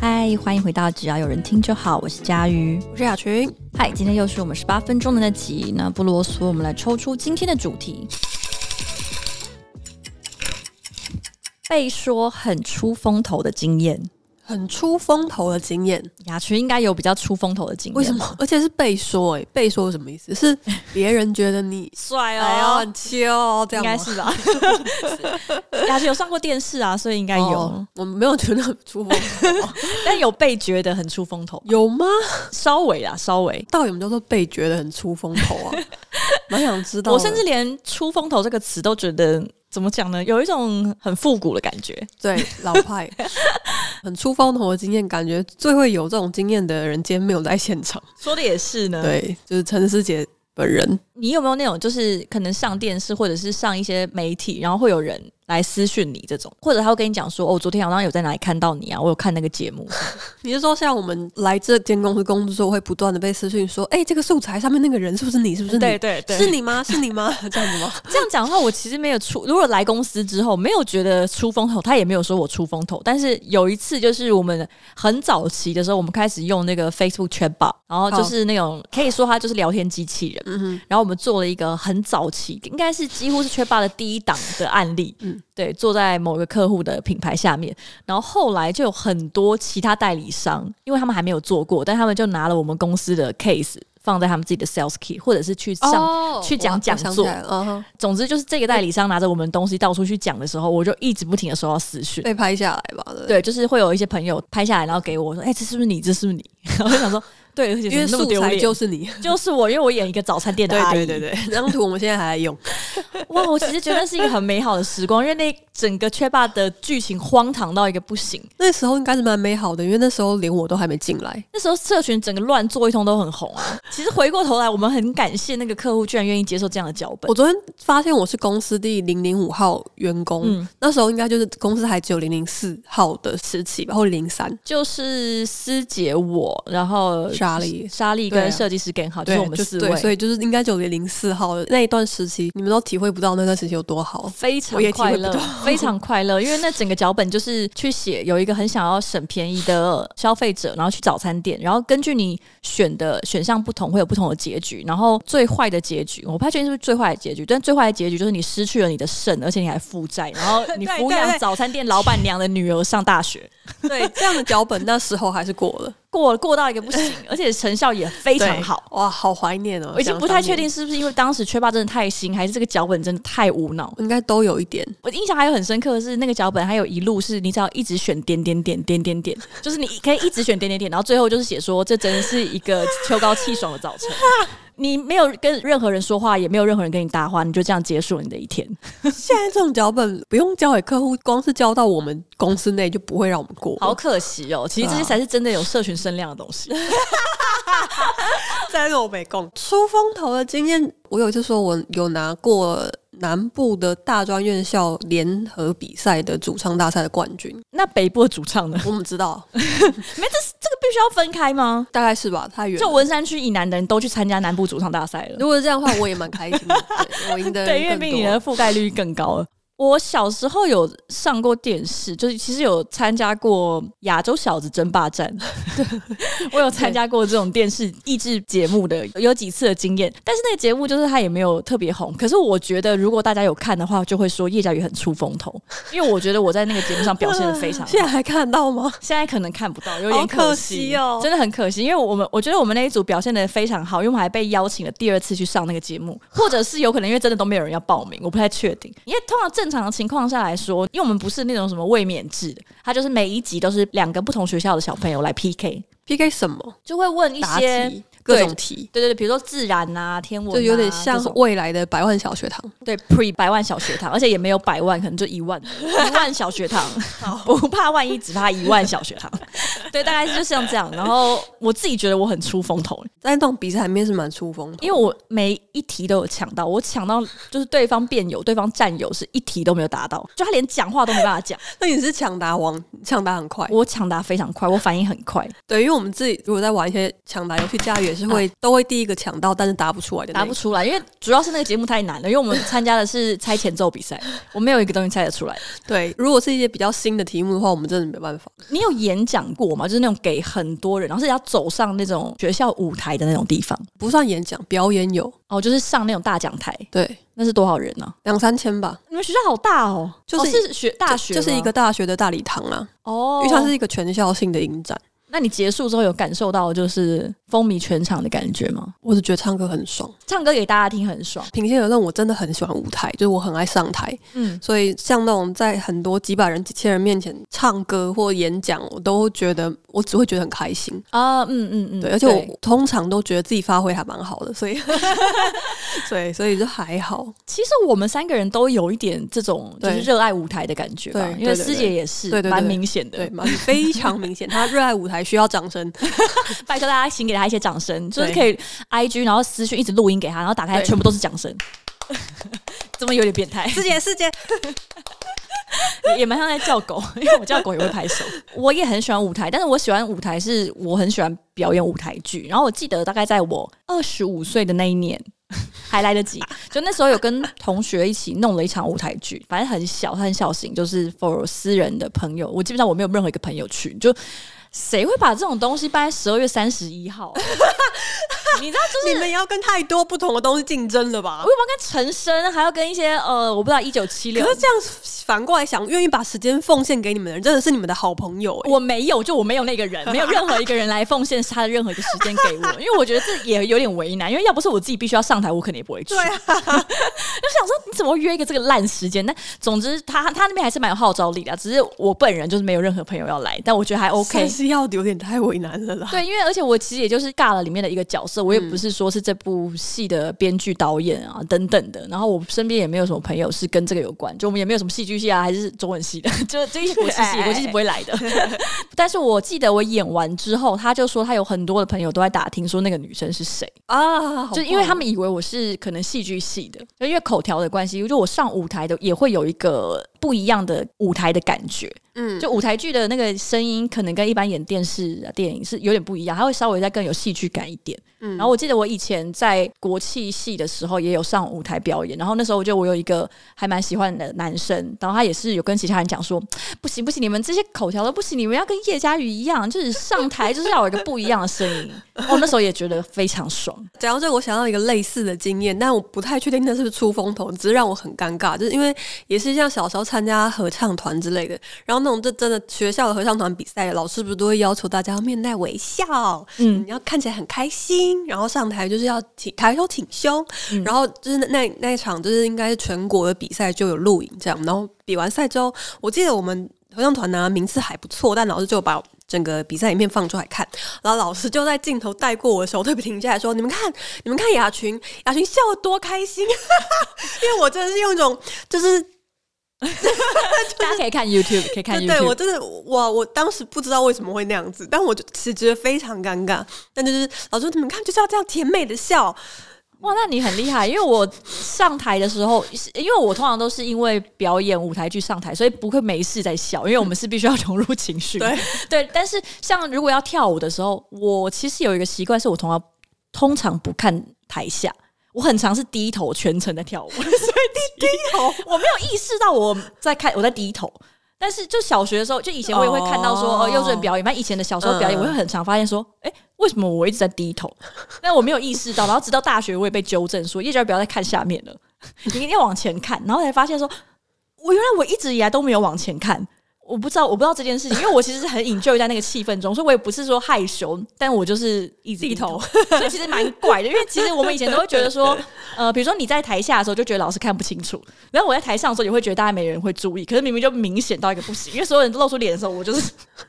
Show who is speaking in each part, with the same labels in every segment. Speaker 1: 嗨，欢迎回到只要有人听就好，我是佳瑜。
Speaker 2: 我是雅群，
Speaker 1: 嗨，今天又是我们十八分钟的那集，那不啰嗦，我们来抽出今天的主题。被说很出风头的经验，
Speaker 2: 很出风头的经验，
Speaker 1: 雅群应该有比较出风头的经验吧。
Speaker 2: 为什么？而且是被说、欸，哎，被说是什么意思？是别人觉得 你
Speaker 1: 帅
Speaker 2: 哎呦很切哦，这
Speaker 1: 应
Speaker 2: 样
Speaker 1: 该
Speaker 2: 吗
Speaker 1: 是吧？ 雅群有上过电视啊，所以应该有，
Speaker 2: 哦我没有觉得很出风 头，
Speaker 1: 但有被觉得很出风头，
Speaker 2: 有吗？
Speaker 1: 稍微啦，稍微。
Speaker 2: 到底有没有叫做被觉得很出风头 啊？蛮想知道的，
Speaker 1: 我甚至连“出风头”这个词都觉得怎么讲呢？有一种很复古的感觉。
Speaker 2: 对老派很出风头的经验，感觉最会有这种经验的人，今天没有在现场。
Speaker 1: 说的也是呢。，
Speaker 2: 对，就是陈思杰本人，
Speaker 1: 你有没有那种就是可能上电视或者是上一些媒体，然后会有人来私讯你这种，或者他会跟你讲说：“哦，昨天好像有在哪里看到你啊，我有看那个节目。
Speaker 2: 你是说像我们来这间公司工作，会不断的被私讯说，哎、这个素材上面那个人是不是你？是不”是 你？
Speaker 1: 对 对对，
Speaker 2: 是你吗？是你吗？ 这样子吗？
Speaker 1: 这样讲的话，我其实没有出。如果来公司之后没有觉得出风头，他也没有说我出风头。但是有一次，就是我们很早期的时候，我们开始用那个 Facebook Chatbot，然后就是那种可以说它就是聊天机器人。然后我们做了一个很早期，应该是几乎是 Chatbot 的第一档的案例。
Speaker 2: 嗯
Speaker 1: 对，坐在某个客户的品牌下面，然后后来就有很多其他代理商，因为他们还没有做过，但他们就拿了我们公司的 case 放在他们自己的 sales key，或者是去上
Speaker 2: 哦
Speaker 1: 去讲讲座
Speaker 2: 嗯，
Speaker 1: 总之就是这个代理商拿着我们东西到处去讲的时候，我就一直不停的收到私讯。
Speaker 2: 被拍下来吧？对，
Speaker 1: 对，就是会有一些朋友拍下来，然后给我说：“哎、这是不是你？这是不是你？”我就想说：“对，而且
Speaker 2: 因为
Speaker 1: 怎么那
Speaker 2: 素
Speaker 1: 么丢
Speaker 2: 材
Speaker 1: 脸
Speaker 2: 就是你。
Speaker 1: 就是我，因为我演一个早餐店的
Speaker 2: 对
Speaker 1: 阿姨。
Speaker 2: 对对对， 那张图我们现在还在用，
Speaker 1: 哇，我其实觉得是一个很美好的时光，因为那整个缺霸的剧情荒唐到一个不行。
Speaker 2: 那时候应该是蛮美好的，因为那时候连我都还没进来。
Speaker 1: 那时候社群整个乱做一通都很红啊。其实回过头来，我们很感谢那个客户居然愿意接受这样的脚本
Speaker 2: 我。昨天发现我是公司第零零五号员工，
Speaker 1: 嗯
Speaker 2: 那时候应该就是公司还只有零零四号的时期吧，或零三。
Speaker 1: 就是师姐我，然后
Speaker 2: 莎莉
Speaker 1: 莎莉
Speaker 2: 对
Speaker 1: 跟
Speaker 2: 啊
Speaker 1: 设计师 Gen 好，就是我们四
Speaker 2: 对，所
Speaker 1: 位，
Speaker 2: 以就是应该只有零四号的那一段时期，你们都体会不到那段时期有多好。
Speaker 1: 非常
Speaker 2: 我也体
Speaker 1: 快
Speaker 2: 会不
Speaker 1: 乐
Speaker 2: 到，
Speaker 1: 非常快乐。因为那整个脚本就是去写有一个很想要省便宜的消费者，然后去早餐店，然后根据你选的选项不同，会有不同的结局。然后最坏的结局，我不太确定是不是最坏的结局，但最坏的结局就是你失去了你的肾，而且你还负债，然后你
Speaker 2: 对
Speaker 1: 抚
Speaker 2: 对
Speaker 1: 养
Speaker 2: 对
Speaker 1: 早餐店老板娘的女儿上大学。
Speaker 2: 对，这样的脚本那时候还是过了，
Speaker 1: 过过到一个不行，而且成效也非常好。
Speaker 2: 哇，好怀念哦！
Speaker 1: 我已经
Speaker 2: 想
Speaker 1: 不太
Speaker 2: 当年
Speaker 1: 确定，是不是因为当时缺霸真的太新，还是这个脚本真的太无脑。
Speaker 2: 应该都有一点。
Speaker 1: 我印象还有很深刻的是，那个脚本还有一路是你只要一直选点点点点点点， 就是你可以一直选点点点，然后最后就是写说这真是一个秋高气爽的早 晨。你没有跟任何人说话，也没有任何人跟你搭话，你就这样结束了你的一天，
Speaker 2: 现在这种脚本不用交给客户，光是交到我们公司内就不会让我们过。
Speaker 1: 好，可惜哦。其实这些才是真的有社群声量的东西。
Speaker 2: 再我北贡出风头的经验，我有一次说我有拿过南部的大专院校联合比赛的主唱大赛的冠 军，
Speaker 1: 那北部的主唱呢？
Speaker 2: 我们知道，
Speaker 1: 没，这是这个必须要分开吗？
Speaker 2: 大概是吧，太远了。
Speaker 1: 就 文山区以南的人都去参加南部主唱大赛了。
Speaker 2: 如果是这样的话，我也蛮开心的，对我赢得
Speaker 1: 对，因为
Speaker 2: 人
Speaker 1: 比
Speaker 2: 更
Speaker 1: 你
Speaker 2: 多。
Speaker 1: 的覆盖率更高了。 我小时候有上过电视，就是其实有参加过亚洲小子争霸战， 我有参加过这种电视益智节目的有几次的经验。但是那个节目就是它也没有特别红，可是我觉得如果大家有看的话，就会说叶嘉瑜很出风头，因为我觉得我在那个节目上表现的非 常好
Speaker 2: 现。在还看得到吗？
Speaker 1: 现在可能看不到，有
Speaker 2: 好
Speaker 1: 点
Speaker 2: 可
Speaker 1: 惜
Speaker 2: 惜哦
Speaker 1: 真的很可惜。因为我们我觉得我们那一组表现的非常好，因为我们还被邀请了第二次去上那个节 目，或者是有可能因为真的都没有人要报名，我不太确定。因为通常正常的情况下来说，因为我们不是那种什么卫冕制的，它就是每一集都是两个不同学校的小朋友来 PK，
Speaker 2: PK 什么？
Speaker 1: 就会问一
Speaker 2: 答
Speaker 1: 些
Speaker 2: 题，各种题，
Speaker 1: 对对对，比如说自然啊、天文啊、
Speaker 2: 就有点像
Speaker 1: 这种
Speaker 2: 未来的百万小学堂。
Speaker 1: 对 pre 百万小学堂，而且也没有百万，可能就一万一万小学堂， 不怕万一，只怕一万小学堂。对，大概就像这样。然后我自己觉得我很出风头，
Speaker 2: 但那种比赛里面是蛮出风头的，
Speaker 1: 因为我每一题都有抢到，我抢到就是对方辩友、对方战友是一题都没有答到，就他连讲话都没办法讲。
Speaker 2: 那你是抢答王，抢答很快。
Speaker 1: 我抢答非常快，我反应很快，
Speaker 2: 对，因为我们自己如果在玩一些抢答游戏，佳宇也是会、都会第一个抢到，但是答啊不出来的那
Speaker 1: 答
Speaker 2: 个，
Speaker 1: 不出来，因为主要是那个节目太难了，因为我们参加的是猜前奏比赛，我没有一个东西猜得出来。
Speaker 2: 对，如果是一些比较新的题目的话，我们真的没办法。
Speaker 1: 你有演讲过吗？嘛，就是那种给很多人，然后是要走上那种学校舞台的那种地方，
Speaker 2: 不算演讲，表演有，
Speaker 1: 哦，就是上那种大讲台，
Speaker 2: 对，
Speaker 1: 那是多少人呢、
Speaker 2: 两三千吧，
Speaker 1: 你们学校好大哦，
Speaker 2: 就是
Speaker 1: 哦、是学大学
Speaker 2: 就就是
Speaker 1: 吗
Speaker 2: 一个大学的大礼堂啊，
Speaker 1: 哦，
Speaker 2: 因为它是一个全校性的影展。
Speaker 1: 那你结束之后有感受到就是风靡全场的感觉吗？
Speaker 2: 我只觉得唱歌很爽，
Speaker 1: 唱歌给大家听很爽，
Speaker 2: 平心而论，我真的很喜欢舞台，就是我很爱上台，
Speaker 1: 嗯，
Speaker 2: 所以像那种在很多几百人、几千人面前唱歌或演讲，我都觉得我只会觉得很开心。
Speaker 1: 啊，嗯嗯嗯，
Speaker 2: 对，而且我通常都觉得自己发挥还蛮好的，所以， 对，所以就还好。
Speaker 1: 其实我们三个人都有一点这种就是
Speaker 2: 对
Speaker 1: 热爱舞台的感觉吧
Speaker 2: 对，对
Speaker 1: 因为
Speaker 2: 对
Speaker 1: 师姐也是
Speaker 2: 对对对
Speaker 1: 蛮明显的
Speaker 2: 对，，蛮非常明显，他热爱舞台需要掌 声。
Speaker 1: 拜托大家请给她一些掌声，就是
Speaker 2: 对
Speaker 1: 可以 I G 然后私讯一直录音给她，然后打开
Speaker 2: 对
Speaker 1: 全部都是掌声。 怎么有点变态？
Speaker 2: 师姐，师姐，
Speaker 1: 也蛮像在叫狗，因为我叫狗也会拍手。 我也很喜欢舞台，但是我喜欢舞台是我很喜欢表演舞台剧。然后我记得大概在我二十五岁的那一年。还来得 及，就那时候有跟同学一起弄了一场舞台剧，反正很小很小型，就是 for 私人的朋友。我基本上我没有任何一个朋友去，就谁会把这种东西搬在十二月三十一号？啊 你知道，就是
Speaker 2: 你们要跟太多不同的东西竞争了吧
Speaker 1: 我？有跟陈升，还要跟一些呃，我不知道一九七六
Speaker 2: 可，是这样反过来想，愿意把时间奉献给你们的人，真的是你们的好朋友、欸。
Speaker 1: 我没有，就我没有那个人，没有任何一个人来奉献他的任何一个时间给我，因为我觉得这也有点为难，因为要不是我自己必须要上台，我肯定也不会去。
Speaker 2: 对啊
Speaker 1: 就想说你怎么会约一个这个烂时间？但总之他他那边还是蛮有号召力的啊，只是我本人就是没有任何朋友要来，但我觉得还 OK
Speaker 2: 但。是要有点太为难了啦。
Speaker 1: 对，因为而且我其实也就是尬了里面的一个角色，我
Speaker 2: 嗯
Speaker 1: 也不是说是这部戏的编剧、导演啊等等的。然后我身边也没有什么朋友是跟这个有关，就我们也没有什么戏剧系啊，还是中文系的，就就一些国际系，
Speaker 2: 哎
Speaker 1: 国际系不会来的。 但是我记得我演完之后，他就说他有很多的朋友都在打听说那个女生是谁，
Speaker 2: 啊，
Speaker 1: 就因为他们以为我是可能戏剧系的，就因为口条的关系，就我上舞台的也会有一个不一样的舞台的感觉。
Speaker 2: 嗯，
Speaker 1: 就舞台剧的那个声音，可能跟一般演电视、啊、电影是有点不一样，它会稍微再更有戏剧感一点。
Speaker 2: 嗯
Speaker 1: 然后我记得我以前在国际戏的时候也有上舞台表演，然后那时候我就我有一个还蛮喜欢的男生，然后他也是有跟其他人讲说，不行不行，你们这些口条都不行，你们要跟叶嘉瑜一样，就是上台就是要有一个不一样的声音。哦，那时候也觉得非常爽。
Speaker 2: 讲到这，我想到一个类似的经验，但我不太确定那是不是出风头，只是让我很尴尬，就是因为也是像小时候参加合唱团之类的，然后那种这真的学校的合唱团比赛，老师不是都会要求大家要面带微笑，
Speaker 1: 嗯
Speaker 2: 你要看起来很开心，然后上台就是要挺抬头挺胸，然后就是那那那一场就是应该是全国的比赛就有录影这样，嗯然后比完赛之后，我记得我们合唱团呢名次还不错，但老师就把整个比赛影片放出来看，然后老师就在镜头带过我的时候，特别停下来说：“你们看，你们看雅群，雅群笑得多开心！” 因为我真的是用一种就是
Speaker 1: 大家可以看 YouTube，可以看
Speaker 2: 对对，我
Speaker 1: YouTube。
Speaker 2: 真的我我当时不知道为什么会那样子，但我就其实觉得非常尴尬。但就是老师说你们看就是要这样甜美的笑，
Speaker 1: 哇，那你很厉害，因为我上台的时候，是因为我通常都是因为表演舞台剧上台，所以不会没事在笑，因为我们是必须要融入情绪。
Speaker 2: 对
Speaker 1: 对，但是像如果要跳舞的时候，我其实有一个习惯，是我通常通常不看台下，我很常是低头全程在跳舞，所以低低
Speaker 2: 头，
Speaker 1: 我没有意识到我在看我在低头。但是就小学的时候，就以前我也会看到说，
Speaker 2: 哦
Speaker 1: 呃，幼稚园表演，反正以前的小时候表演，
Speaker 2: 嗯
Speaker 1: 我会很常发现说，哎、为什么我一直在低头？但我没有意识到，然后直到大学我也被纠正说，叶娟不要再看下面了，你一定要往前看，然后才发现说，我原来我一直以来都没有往前看，我不知道我不知道这件事情，因为我其实很 enjoy 在那个气氛中，所以我也不是说害羞，但我就是一直低头，所以其实蛮怪的，因为其实我们以前都会觉得 说，呃，比如说你在台下的时候就觉得老师看不清楚，然后我在台上的时候也会觉得大家没人会注意，可是明明就明显到一个不行，因为所有人都露出脸的时候，我就是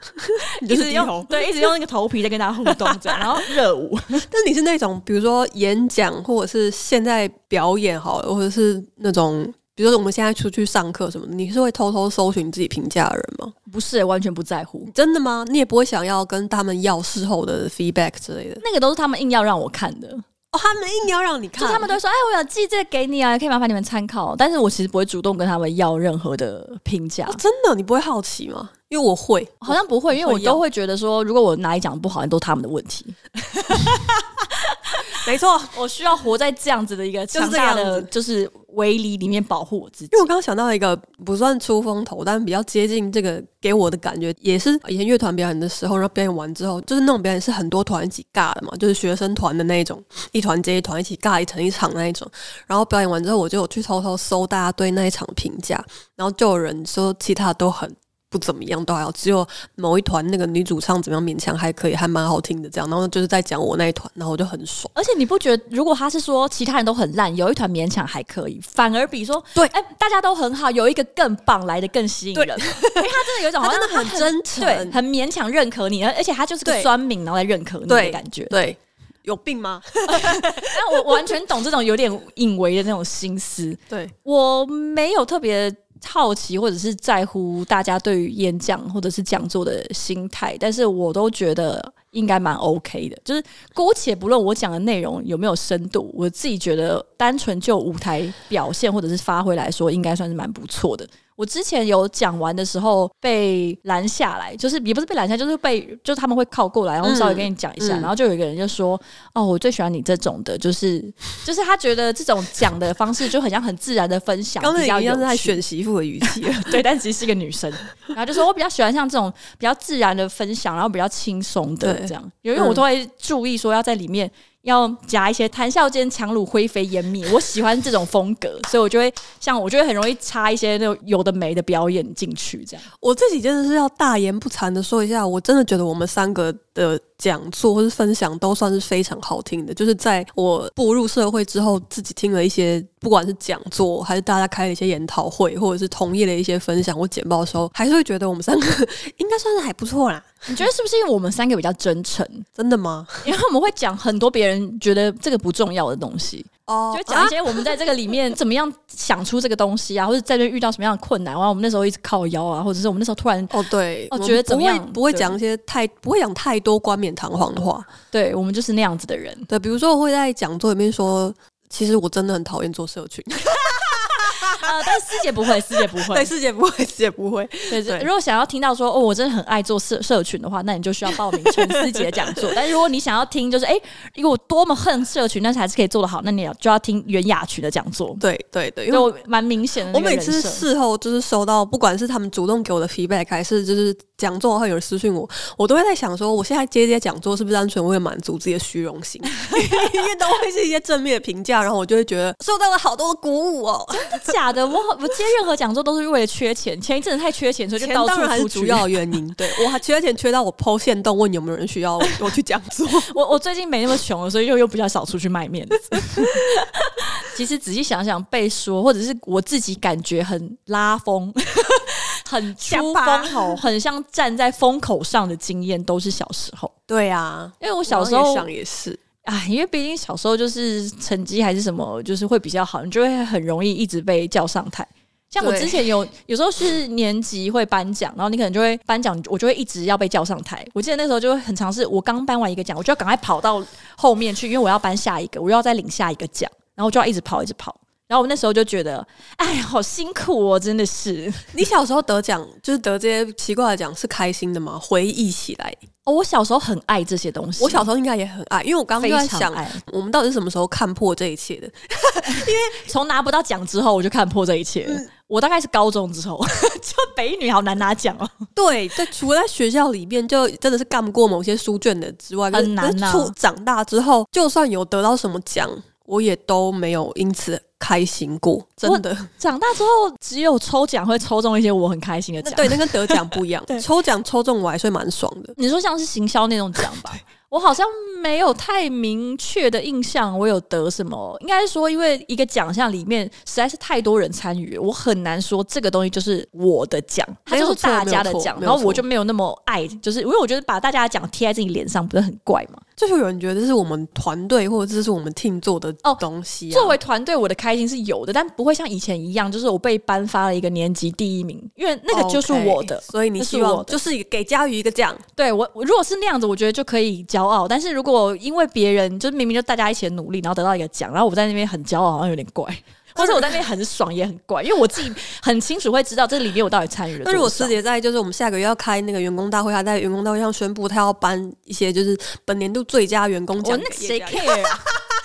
Speaker 2: 你
Speaker 1: 一
Speaker 2: 就是
Speaker 1: 直
Speaker 2: 低
Speaker 1: 用
Speaker 2: 头。
Speaker 1: 对一直用那个头皮在跟大家互动这样， 然后热舞，
Speaker 2: 但你是那种比如说演讲或者是现在表演好了，或者是那种比如说我们现在出去上课什么的，你是会偷偷搜寻自己评价的人吗？
Speaker 1: 不是完全不在乎。
Speaker 2: 真的吗？你也不会想要跟他们要事后的 feedback 之类的？
Speaker 1: 那个都是他们硬要让我看的，
Speaker 2: 哦，他们硬要让你看，
Speaker 1: 就是他们都会说：“哎，我有寄这个给你啊，可以麻烦你们参考。”但是我其实不会主动跟他们要任何的评价
Speaker 2: 哦、，真的，你不会好奇吗？因为我会，
Speaker 1: 好像不会，因为我
Speaker 2: 会要
Speaker 1: 都会觉得说，如果我哪里讲得不好，都是他们的问题。
Speaker 2: 没错，
Speaker 1: 我需要活在这样子的一个
Speaker 2: 就是
Speaker 1: 强
Speaker 2: 这个
Speaker 1: 大
Speaker 2: 样子
Speaker 1: 的，就是围篱里面保护我自己
Speaker 2: 因为。我刚刚想到一个不算出风头，但比较接近这个给我的感觉，也是以前乐团表演的时候，然后表演完之后，就是那种表演是很多团一起尬的嘛，就是学生团的那一种，一团接一团一起尬一层一场那一种。然后表演完之后，我就有去偷偷搜大家对那一场评价，然后就有人说其他都很。不怎么样都还好，只有某一团那个女主唱怎么样勉强还可以，还蛮好听的这样。然后就是在讲我那一团，然后我就很爽。
Speaker 1: 而且你不觉得，如果他是说其他人都很烂，有一团勉强还可以，反而比说
Speaker 2: 对
Speaker 1: 哎、大家都很好，有一个更棒来的更吸引人，因为他真的有一种好
Speaker 2: 他
Speaker 1: 像
Speaker 2: 哦真的很真诚，
Speaker 1: 对，很勉强认可你，而而且他就是个
Speaker 2: 对
Speaker 1: 酸民，然后来认可你的
Speaker 2: 对
Speaker 1: 感觉。
Speaker 2: 对，有病吗？
Speaker 1: 但我我完全懂这种有点隐微的那种心思，
Speaker 2: 对，
Speaker 1: 我没有特别好奇或者是在乎大家对于演讲或者是讲座的心态，但是我都觉得应该蛮 OK 的。就是姑且不论我讲的内容有没有深度，我自己觉得单纯就舞台表现或者是发挥来说，应该算是蛮不错的。我之前有讲完的时候被拦下来，就是也不是被拦下，就是被就是他们会靠过来，然后稍微跟你讲一下，
Speaker 2: 嗯嗯
Speaker 1: 然后就有一个人就说：“哦，我最喜欢你这种的，就是就是他觉得这种讲的方式就很像很自然的分享，
Speaker 2: 刚
Speaker 1: 比
Speaker 2: 才
Speaker 1: 较
Speaker 2: 一样
Speaker 1: 有
Speaker 2: 是在
Speaker 1: 趣
Speaker 2: 选媳妇的语气了。
Speaker 1: 对，但其实是一个女生。然后就说我比较喜欢像这种比较自然的分享，然后比较轻松的
Speaker 2: 对
Speaker 1: 这样，因为我都会注意说要在里面要夹一些谈笑间樯橹灰飞烟灭，我喜欢这种风格，所以我就会像我就会很容易插一些那种有的没的表演进去这样。
Speaker 2: 我自己真的是要大言不惭的说一下，我真的觉得我们三个的讲座或是分享都算是非常好听的。就是在我步入社会之后，自己听了一些不管是讲座还是大家开的一些研讨会，或者是同业的一些分享或简报的时候，还是会觉得我们三个 应该算是还不错啦。
Speaker 1: 你觉得是不是因为我们三个比较真诚，
Speaker 2: 真的吗？
Speaker 1: 因为我们会讲很多别人觉得这个不重要的东西？
Speaker 2: 哦
Speaker 1: 就讲一些我们在这个里面怎么样想出这个东西啊，或者在这边遇到什么样的困难啊，我们那时候一直靠腰啊，或者是我们那时候突然
Speaker 2: 哦，对，
Speaker 1: 哦
Speaker 2: 我们
Speaker 1: 觉得怎么样
Speaker 2: 不会不会
Speaker 1: 对
Speaker 2: 讲一些太不会讲太多冠冕堂皇的话。
Speaker 1: 对我们就是那样子 的人。
Speaker 2: 对，比如说我会在讲座里面说，其实我真的很讨厌做社群。
Speaker 1: 啊，但是师姐不会，师姐不
Speaker 2: 对，
Speaker 1: 会。
Speaker 2: 师姐不会，师姐不会。
Speaker 1: 对，对
Speaker 2: 对
Speaker 1: 如果想要听到说哦，我真的很爱做社社群的话，那你就需要报名陈师姐的讲 座。但如果你想要听，就是哎，因为我多么恨社群，但是还是可以做得好，那你要就要听袁雅群的讲座。
Speaker 2: 对对对，因为
Speaker 1: 就蛮明显的那
Speaker 2: 我
Speaker 1: 个
Speaker 2: 每
Speaker 1: 人设，
Speaker 2: 次事后就是收到，不管是他们主动给我的 feedback，还是就是讲座后有人私讯我，我都会在想说，我现在接这些讲座是不是单纯为了满足自己的虚荣 心？因为都会是一些正面的评价，然后我就会觉得受到了好多的鼓舞哦。
Speaker 1: 真的假的？我我接任何讲座都是为了缺钱，前一阵子太缺钱，所以 就
Speaker 2: 钱
Speaker 1: 到
Speaker 2: 当
Speaker 1: 处
Speaker 2: 然还是
Speaker 1: 出去
Speaker 2: 主要的原因，对我还缺钱缺到我剖线洞问有没有人需要我 我去讲座。
Speaker 1: 我我最近没那么穷了，所以又又比较少出去卖面子。 其实仔细想想，被说或者是我自己感觉很拉风、 很出风头，很像站在风口上的经验，都是小时候。
Speaker 2: 对啊，
Speaker 1: 因为我
Speaker 2: 我
Speaker 1: 小时候，
Speaker 2: 想也是，
Speaker 1: 哎，因为毕竟小时候就是成绩还是什么，就是会比较好，你就会很容易一直被叫上台。像我
Speaker 2: 对
Speaker 1: 之前有有时候是年级会颁奖，然后你可能就会颁奖，我就会一直要被叫上台。我记得那时候就会很尝试，我刚颁完一个奖，我就要赶快跑到后面去，因为我要颁下一个，我又要再领下一个奖，然后我就要一直跑，一直跑。然后我那时候就觉得，哎，好辛苦哦，真的是。
Speaker 2: 你小时候得奖就是得这些奇怪的奖是开心的吗？回忆起来，
Speaker 1: 哦，我小时候很爱这些东西，
Speaker 2: 我小时候应该也很爱，因为我刚刚
Speaker 1: 非
Speaker 2: 就在
Speaker 1: 常
Speaker 2: 想，
Speaker 1: 爱。
Speaker 2: 我们到底是什么时候看破这一切 的？
Speaker 1: 从拿不到奖之后，我就看破这一切了。
Speaker 2: 嗯
Speaker 1: 我大概是高中之后， 就北女好难拿奖哦。
Speaker 2: 对，在除了在学校里面，就真的是干不过某些书卷的之外，
Speaker 1: 很
Speaker 2: 就是
Speaker 1: 难啊
Speaker 2: 就是出长大之后，就算有得到什么奖，我也都没有因此开心过，真的。
Speaker 1: 长大之后，只有抽奖会抽中一些我很开心的
Speaker 2: 那
Speaker 1: 奖。
Speaker 2: 对，那跟得奖 不一样
Speaker 1: 对。
Speaker 2: 抽奖抽中我还是会蛮爽的。
Speaker 1: 你说像是行销那种奖吧，我好像没有太明确的印象，我有得什么？应该是说，因为一个奖项里面实在是太多人参与，我很难说这个东西就是我的奖，它
Speaker 2: 没有
Speaker 1: 就是
Speaker 2: 错
Speaker 1: 大家的
Speaker 2: 没有错
Speaker 1: 奖。
Speaker 2: 没
Speaker 1: 然
Speaker 2: 有
Speaker 1: 后我
Speaker 2: 错
Speaker 1: 就没有那么爱，就是因为我觉得把大家的奖贴在自己脸上，不是很怪吗？
Speaker 2: 就是有人觉得这是我们团队或者这是我们 team 做的
Speaker 1: 哦
Speaker 2: 东西、啊
Speaker 1: 作为团队，我的开心是有的，但不会像以前一样，就是我被颁发了一个年级第一名，因为那个就是我的。
Speaker 2: OK，所以你
Speaker 1: 那是
Speaker 2: 希
Speaker 1: 我
Speaker 2: 望
Speaker 1: 的
Speaker 2: 就是给佳瑜一个奖，
Speaker 1: 对我，我如果是那样子，我觉得就可以骄傲。但是如果因为别人，就是明明就大家一起努力，然后得到一个奖，然后我在那边很骄傲，好像有点 怪。或者我在那边很爽也很怪，因为我自己很清楚会知道这里面我到底参与了 多少。
Speaker 2: 那如果师姐在，就是我们下个月要开那个员工大会，她在员工大会上宣布，她要颁一些就是本年度最佳员工
Speaker 1: 我
Speaker 2: 哦奖给
Speaker 1: 那
Speaker 2: 业
Speaker 1: 谁
Speaker 2: 界。
Speaker 1: care 啊？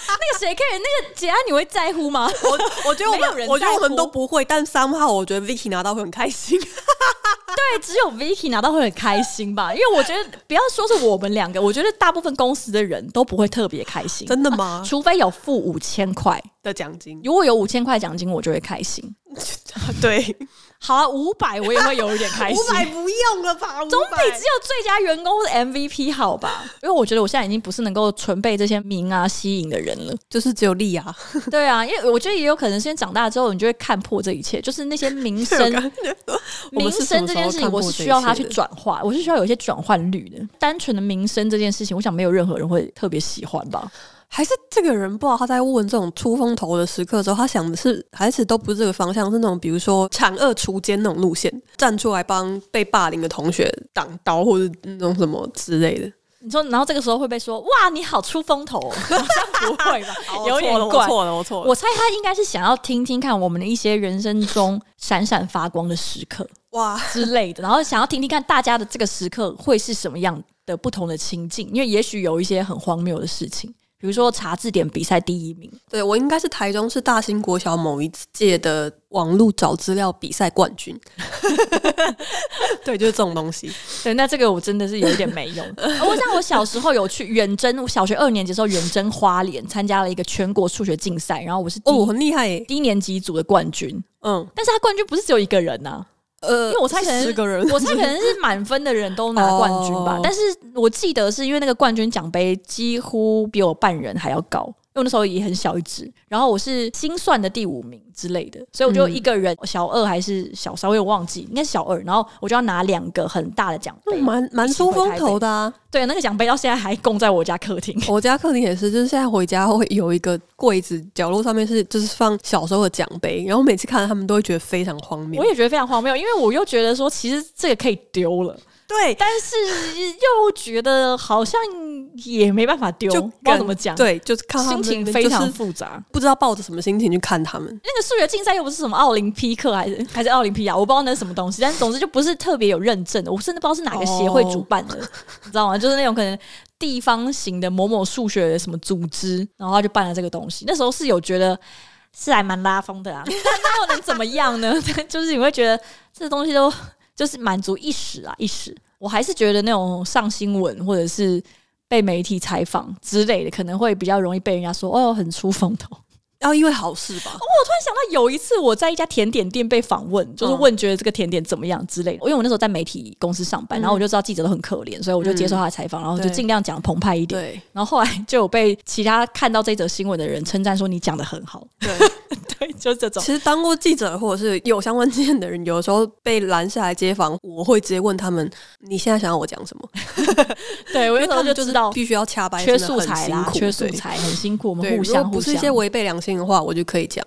Speaker 1: 那那个谁 care 那个结案，你会在乎吗？
Speaker 2: 我我觉得我
Speaker 1: 没有人
Speaker 2: 们，我觉得我
Speaker 1: 在乎
Speaker 2: 们都不会，但三号我觉得 Vicky 拿到会很开心。
Speaker 1: 对，只有 Vicky 拿到会很开心吧？因为我觉得不要说是我们两个，我觉得大部分公司的人都不会特别开心，
Speaker 2: 真的吗？
Speaker 1: 除非有付五千块。
Speaker 2: 的奖金，
Speaker 1: 如果有五千块奖金，我就会开心。
Speaker 2: 对，
Speaker 1: 好啊，五百我也会有一点 开心。
Speaker 2: 五百不用了吧？
Speaker 1: 总
Speaker 2: 总
Speaker 1: 比只有最佳员工或者 MVP 好吧？因为我觉得我现在已经不是能够纯被这些名啊吸引的人 了。
Speaker 2: 就是只有利 亚，
Speaker 1: 对啊，因为我觉得也有可能，先长大之后，你就会看破这一切，就是那些名 声、
Speaker 2: 我
Speaker 1: 名
Speaker 2: 们是什
Speaker 1: 声
Speaker 2: 么
Speaker 1: 这
Speaker 2: 时候
Speaker 1: 件事情，
Speaker 2: 看
Speaker 1: 我
Speaker 2: 破
Speaker 1: 是
Speaker 2: 这
Speaker 1: 需要
Speaker 2: 一
Speaker 1: 它
Speaker 2: 切
Speaker 1: 去
Speaker 2: 的
Speaker 1: 转化，我是需要有一些转换率的。单纯的名声这件事情，我想没有任何人会特别喜欢吧？
Speaker 2: 还是这个人不知道他在问这种出风头的时刻的时候，他想的是还是都不是这个方向，是那种比如说惩恶除奸那种路线，站出来帮被霸凌的同学挡刀，或者那种什么之类的。？
Speaker 1: 你说，然后这个时候会被说哇，你好出风头、哦， 好像不会吧有点怪。
Speaker 2: 了，我哦错
Speaker 1: 我猜他应该是想要听听看我们的一些人生中闪闪发光的时刻
Speaker 2: 哇，
Speaker 1: 之类的，然后想要听听看大家的这个时刻会是什么样的不同的情境，因为也许有一些很荒谬的事情，比如说查字典比赛第一名，
Speaker 2: 对我应该是台中市大兴国小某一届的网络找资料比赛冠 军。对，就是这种东 西。
Speaker 1: 对，那这个我真的是有一点没用。呃 我像我小时候有去远征，我小学二年级的时候远征花莲参加了一个全国数学竞赛，然后我是第一、
Speaker 2: 哦，很厉害耶。
Speaker 1: 低年级组的冠军，
Speaker 2: 嗯，
Speaker 1: 但是他冠军不是只有一个人呐、
Speaker 2: 呃，
Speaker 1: 因为我猜可能
Speaker 2: 十个人，
Speaker 1: 我猜可能是满分的人都拿冠军吧，
Speaker 2: 哦
Speaker 1: 但是我记得是因为那个冠军奖杯几乎比我半人还要高，因为我那时候也很小一只，然后我是心算的第五名之类的，所以我就一个人、小二还是小三，我有点忘记，应该是小二，然后我就要拿两个很大的奖
Speaker 2: 那
Speaker 1: 杯，
Speaker 2: 蛮蛮出风头的啊！
Speaker 1: 对，那个奖杯到现在还供在我家客 厅。
Speaker 2: 我家客厅也是，就是现在回家会有一个柜子，角落上面是就是放小时候的奖杯，然后每次看到他们都会觉得非常荒谬
Speaker 1: 我。也觉得非常荒谬，因为我又觉得说，其实这个可以丢了，
Speaker 2: 对，
Speaker 1: 但是又觉得好像也没办法丢，
Speaker 2: 就
Speaker 1: 不知道怎么讲，，
Speaker 2: 对，就是看他
Speaker 1: 心
Speaker 2: 们
Speaker 1: 情非
Speaker 2: 就
Speaker 1: 常
Speaker 2: 是
Speaker 1: 复杂。
Speaker 2: 不知道抱着什么心情去看他们。
Speaker 1: 那个数学竞赛又不是什么奥林匹克还是还是奥林匹亚，我不知道那是什么东西，但总之就不是特别有认证的，我甚至不知道是哪个协会主办的，你知道吗？就是那种可能地方型的某某数学什么组织，然后他就办了这个东西。那时候是有觉得是还蛮拉风的啊，但那又能怎么样呢？ 就是你会觉得这东西都就是满足一时啊一时。我还是觉得那种上新闻或者是被媒体采访之类的，可能会比较容易被人家说哦很出风头。
Speaker 2: 要因为好事吧，
Speaker 1: 哦想到有一次我在一家甜点店被访问，
Speaker 2: 嗯
Speaker 1: 就是问觉得这个甜点怎么样之类的。因为我那时候在媒体公司上班，
Speaker 2: 嗯
Speaker 1: 然后我就知道记者都很可怜，所以我就接受他的采访，然后就
Speaker 2: 对
Speaker 1: 尽量讲澎湃一点。
Speaker 2: 对
Speaker 1: 然后后来就有被其他看到这则新闻的人称赞说你讲的很好，
Speaker 2: 对。
Speaker 1: 对，就是这种。
Speaker 2: 其实当过记者或者是有相关经验的人，有的时候被拦下来接访，我会直接问他们：“你现在想要我讲什么
Speaker 1: 对，？”我那
Speaker 2: 因为
Speaker 1: 时
Speaker 2: 他
Speaker 1: 候
Speaker 2: 们
Speaker 1: 就知道
Speaker 2: 必须要掐掰，
Speaker 1: 缺
Speaker 2: 真的
Speaker 1: 素
Speaker 2: 很
Speaker 1: 材
Speaker 2: 辛
Speaker 1: 啦，
Speaker 2: 苦
Speaker 1: 缺素
Speaker 2: 对
Speaker 1: 材很辛苦，我们
Speaker 2: 对，
Speaker 1: 互
Speaker 2: 如果
Speaker 1: 相互
Speaker 2: 不是
Speaker 1: 相
Speaker 2: 一些违背良心的话，我就可以讲。